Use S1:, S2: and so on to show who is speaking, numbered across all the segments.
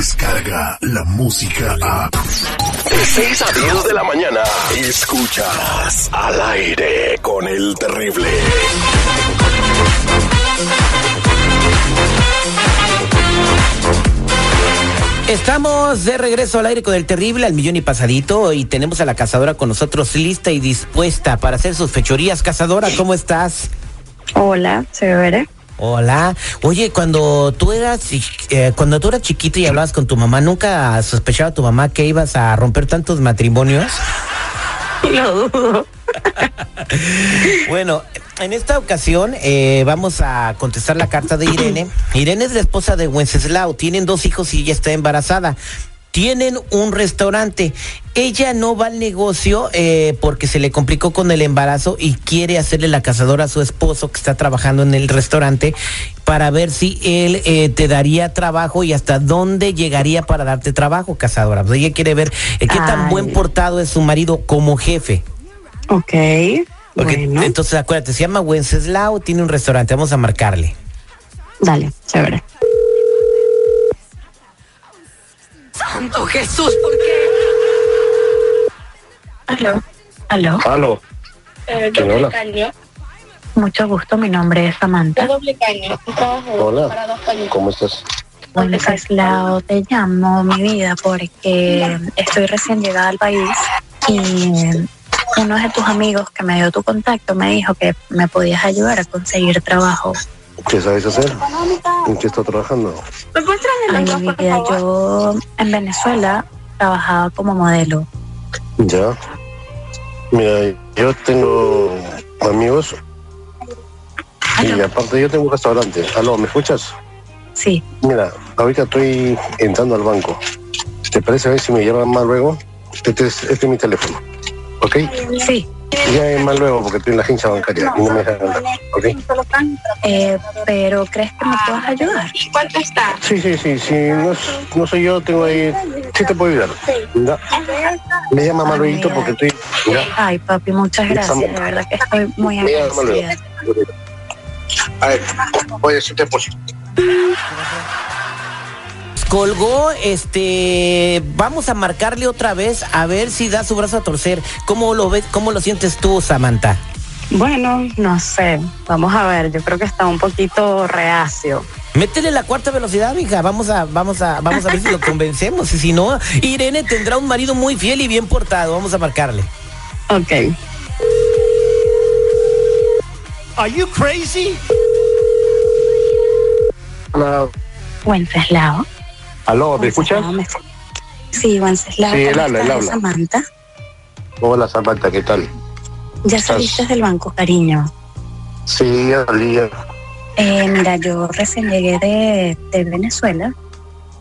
S1: Escucha la música a.
S2: De 6 a 10 de la mañana. Escuchas al aire con el terrible.
S3: Estamos de regreso al aire con el terrible al millón y pasadito y tenemos a la cazadora con nosotros lista y dispuesta para hacer sus fechorías. Cazadora, ¿cómo estás?
S4: Hola, soy Bere.
S3: Hola. Oye, cuando tú eras eh, cuando tú eras chiquita y hablabas con tu mamá, ¿nunca sospechaba tu mamá que ibas a romper tantos matrimonios?
S4: Lo dudo.
S3: Bueno, en esta ocasión eh, vamos a contestar la carta de Irene. Irene es la esposa de Wenceslao. Tienen dos hijos y ella está embarazada. Tienen un restaurante. Ella no va al negocio eh, porque se le complicó con el embarazo y quiere hacerle la cazadora a su esposo que está trabajando en el restaurante para ver si él eh, te daría trabajo y hasta dónde llegaría para darte trabajo, cazadora. Pues ella quiere ver eh, qué tan
S4: Ay.
S3: buen portado es su marido como jefe.
S4: Ok.
S3: Ok,
S4: Bueno,
S3: Entonces acuérdate, se llama Wenceslao, tiene un restaurante, vamos a marcarle.
S4: dale, chévere.
S5: Santo Jesús, ¿por qué?
S4: Aló. Aló.
S2: Aló.
S6: Eh,
S2: ¿Quién
S6: doble
S2: habla?
S6: caño,
S4: Mucho gusto, mi nombre es
S6: es
S4: Samantha.
S6: doble caño, un trabajo
S2: Hola.
S6: para dos caños.
S2: ¿Cómo estás?
S6: doble caño.
S4: Wenceslao, te llamo mi vida porque estoy recién llegada al país y uno de tus amigos que me dio tu contacto me dijo que me podías ayudar a conseguir trabajo.
S2: ¿Qué sabes hacer? ¿En qué estás trabajando?
S6: ¿Me puedes traer
S4: Ay,
S6: el
S4: mi
S6: reloj, por
S4: vida,
S6: favor?
S4: yo en Venezuela trabajaba como modelo.
S2: Ya. Mira, yo tengo amigos y aparte yo tengo un restaurante. Aló, ¿me escuchas?
S4: Sí,
S2: Mira, ahorita estoy entrando al banco. ¿Te parece a ver si me llaman más luego? Este es, este es mi teléfono. ¿Ok?
S4: sí.
S2: Ya más luego porque estoy en la agencia bancaria y no me dejan hablar. ¿Ok?
S4: Eh, pero ¿crees que me
S6: Ah,
S4: puedas ayudar?
S6: ¿Cuánto está?
S2: Sí, sí, sí, sí. No, s- no soy yo, tengo ahí. Sí, te puedo ayudar. Ya. Me llama más luego porque estoy. Ya.
S4: Ay, papi, muchas gracias. De verdad que estoy muy
S2: Mira,
S4: agradecida.
S2: A ver, voy a decirte depósito.
S3: Colgó, este, vamos a marcarle otra vez a ver si da su brazo a torcer. ¿Cómo lo ves, cómo lo sientes tú, Samantha?
S7: Bueno,
S4: No sé,
S7: vamos a ver, yo creo que está un poquito reacio.
S3: Métele la cuarta velocidad, mija. Vamos a, vamos a, vamos a ver si lo convencemos. Y si no, Irene tendrá un marido muy fiel y bien portado. Vamos a marcarle.
S7: Ok.
S2: Hola.
S4: Wenceslao.
S2: Aló, ¿me escuchas?
S4: Wenceslao, ¿me- Sí, Wenceslao.
S2: Sí, él
S4: ¿cómo
S2: habla, él
S4: estás?
S2: habla.
S4: Samantha,
S2: Hola, Samantha, ¿qué tal?
S4: ya
S2: Estás-
S4: saliste del banco, cariño.
S2: Sí, ya salí ya.
S4: Eh, mira, yo recién llegué de, de Venezuela. Eh,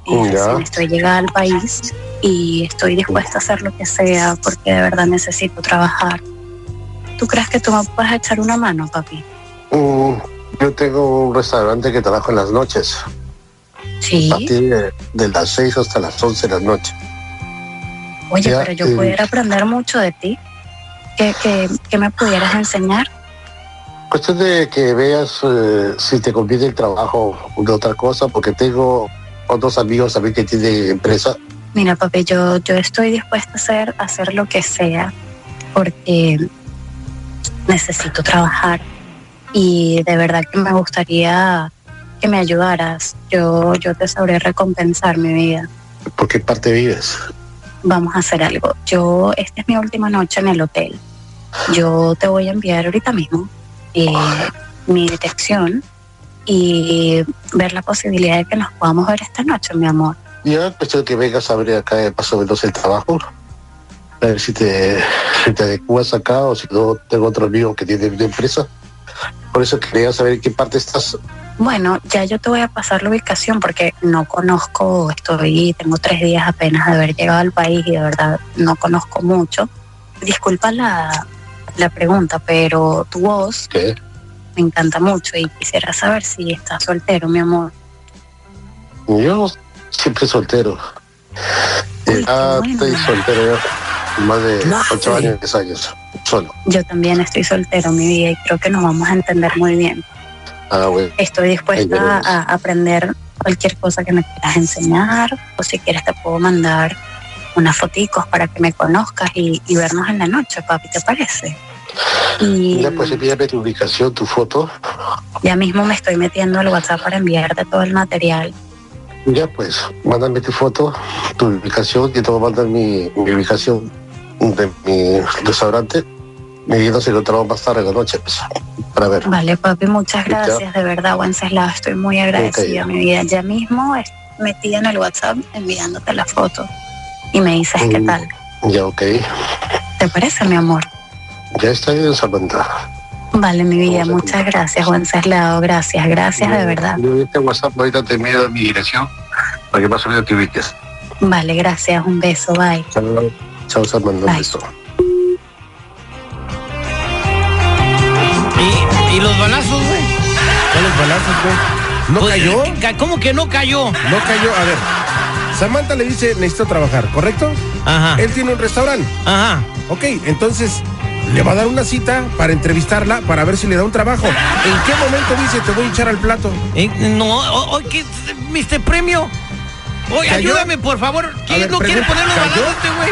S2: Oh, Ya.
S4: recién estoy llegada al país y estoy dispuesta a hacer lo que sea porque de verdad necesito trabajar. ¿Tú crees que tú me puedes echar una mano, papi?
S2: Mm, yo tengo un restaurante que trabajo en las noches,
S4: Sí.
S2: a partir de, de las 6 hasta las 11 de la noche.
S4: Oye,
S2: Ya,
S4: pero yo
S2: eh,
S4: pudiera aprender mucho de ti. ¿Qué, qué, qué me pudieras enseñar?
S2: Cuestión de que veas eh, si te conviene el trabajo de otra cosa, porque tengo otros amigos también que tienen empresa.
S4: Mira, papi, yo, yo estoy dispuesta a hacer, a hacer lo que sea porque necesito trabajar y de verdad que me gustaría que me ayudaras. Yo, yo te sabré recompensar mi vida.
S2: ¿Por qué parte vives?
S4: Vamos a hacer algo. Yo, esta es mi última noche en el hotel. Yo te voy a enviar ahorita mismo eh, mi dirección y ver la posibilidad de que nos podamos ver esta noche, mi amor.
S2: Ya, cuestión de que vengas a ver acá eh, más o menos el trabajo. A ver si te, si te adecuas acá o si no, tengo otro amigo que tiene una empresa. Por eso quería saber en qué parte estás.
S4: Bueno, ya yo te voy a pasar la ubicación porque no conozco, estoy, tengo tres días apenas de haber llegado al país y de verdad no conozco mucho. Disculpa la, la pregunta, pero tu voz
S2: ¿Qué?
S4: me encanta mucho y quisiera saber si estás soltero, mi amor.
S2: Yo siempre soltero. Ya
S4: Uy, qué bueno.
S2: estoy soltero ya más de
S3: No,
S2: ocho
S3: sí.
S2: años, 10 años. Solo.
S4: Yo también estoy soltero, mi vida, y creo que nos vamos a entender muy bien.
S2: Ah, bueno.
S4: Estoy dispuesta
S2: Ay, veremos.
S4: a aprender cualquier cosa que me quieras enseñar o si quieres te puedo mandar unas foticos para que me conozcas y, y vernos en la noche, papi, ¿te parece? Y
S2: Mira, pues envíame tu ubicación, tu foto.
S4: ya mismo me estoy metiendo al WhatsApp para enviarte todo el material.
S2: Mira, pues mándame tu foto, tu ubicación. Yo te voy a mandar mi, mi ubicación de mi restaurante. Y nos encontramos más tarde en la noche, pues, para ver.
S4: Vale, papi, muchas
S2: Y ya.
S4: gracias, de verdad, Wenceslao, estoy muy agradecida,
S2: Ok.
S4: mi vida. Ya mismo estoy metida en el WhatsApp enviándote la foto y me dices qué
S2: Mm.
S4: tal.
S2: Ya, ok.
S4: ¿Te parece, mi amor?
S2: Ya está bien, Samantha.
S4: Vale, mi vida,
S2: Vamos a
S4: muchas gracias, Wenceslao, gracias, gracias de verdad.
S2: Yo en este WhatsApp ahorita te envío mi dirección para que más o menos te ubiques.
S4: Vale, gracias, un beso, bye.
S2: Chao, chao Samantha. Un
S4: Bye.
S2: beso.
S3: ¿Y, y los balazos, güey?
S8: Son los balazos, güey. No
S3: Pues,
S8: cayó,
S3: ca- ¿Cómo que no cayó?
S8: no cayó. A ver, Samantha le dice, necesito trabajar, ¿correcto?
S3: Ajá.
S8: Él tiene un restaurante.
S3: Ajá.
S8: Ok, entonces le va a dar una cita para entrevistarla para ver si le da un trabajo. ¿En qué momento dice te voy a echar al plato?
S3: Eh, no, o- oye, ¿qué es, Mr. Premio? Oye,
S8: ¿Cayó?
S3: ayúdame, por favor. ¿Quién
S8: ver,
S3: no quiere
S8: pregunta,
S3: poner los
S8: ¿cayó?
S3: balazos, este güey?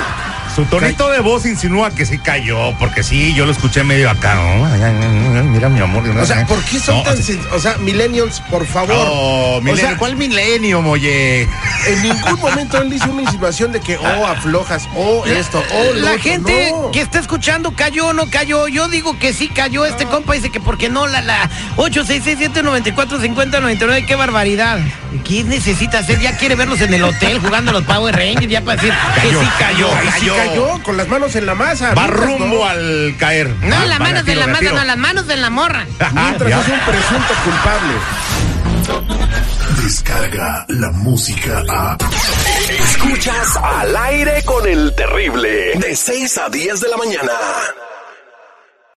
S9: Su tonito de voz insinúa que sí cayó, porque sí, yo lo escuché medio acá. ¿no? Ay, ay, ay, ay, Mira, mi amor.
S8: O sea, ¿por qué son
S9: No,
S8: tan
S9: o sea,
S8: sen- O sea, millennials, por favor.
S9: No, milenio,
S8: sea-
S9: ¿cuál milenio, oye?
S8: En ningún momento él dice una insinuación de que oh aflojas, oh esto, oh lo
S3: La
S8: otro.
S3: gente
S8: No.
S3: que está escuchando, ¿cayó o no cayó? Yo digo que sí cayó. Este compa dice que porque no, la, la 866-794-5099. ¡Qué barbaridad! ¿Qué necesita hacer? Ya quiere verlos en el hotel jugando a los Power Rangers. Ya para decir
S9: Cayó,
S3: que sí cayó.
S8: Ahí sí
S9: cayó.
S8: cayó con las manos en la masa.
S9: Va
S8: Mientras,
S9: rumbo
S8: no.
S9: al caer.
S3: No,
S9: Ah,
S3: las
S9: va,
S3: manos de
S9: retiro,
S3: la masa,
S9: retiro.
S3: no, las manos de la morra.
S8: Mientras
S9: Ah, Ya.
S8: es un presunto culpable.
S1: Descarga la música a.
S10: Escuchas al aire con el terrible. De 6 a 10 de la mañana.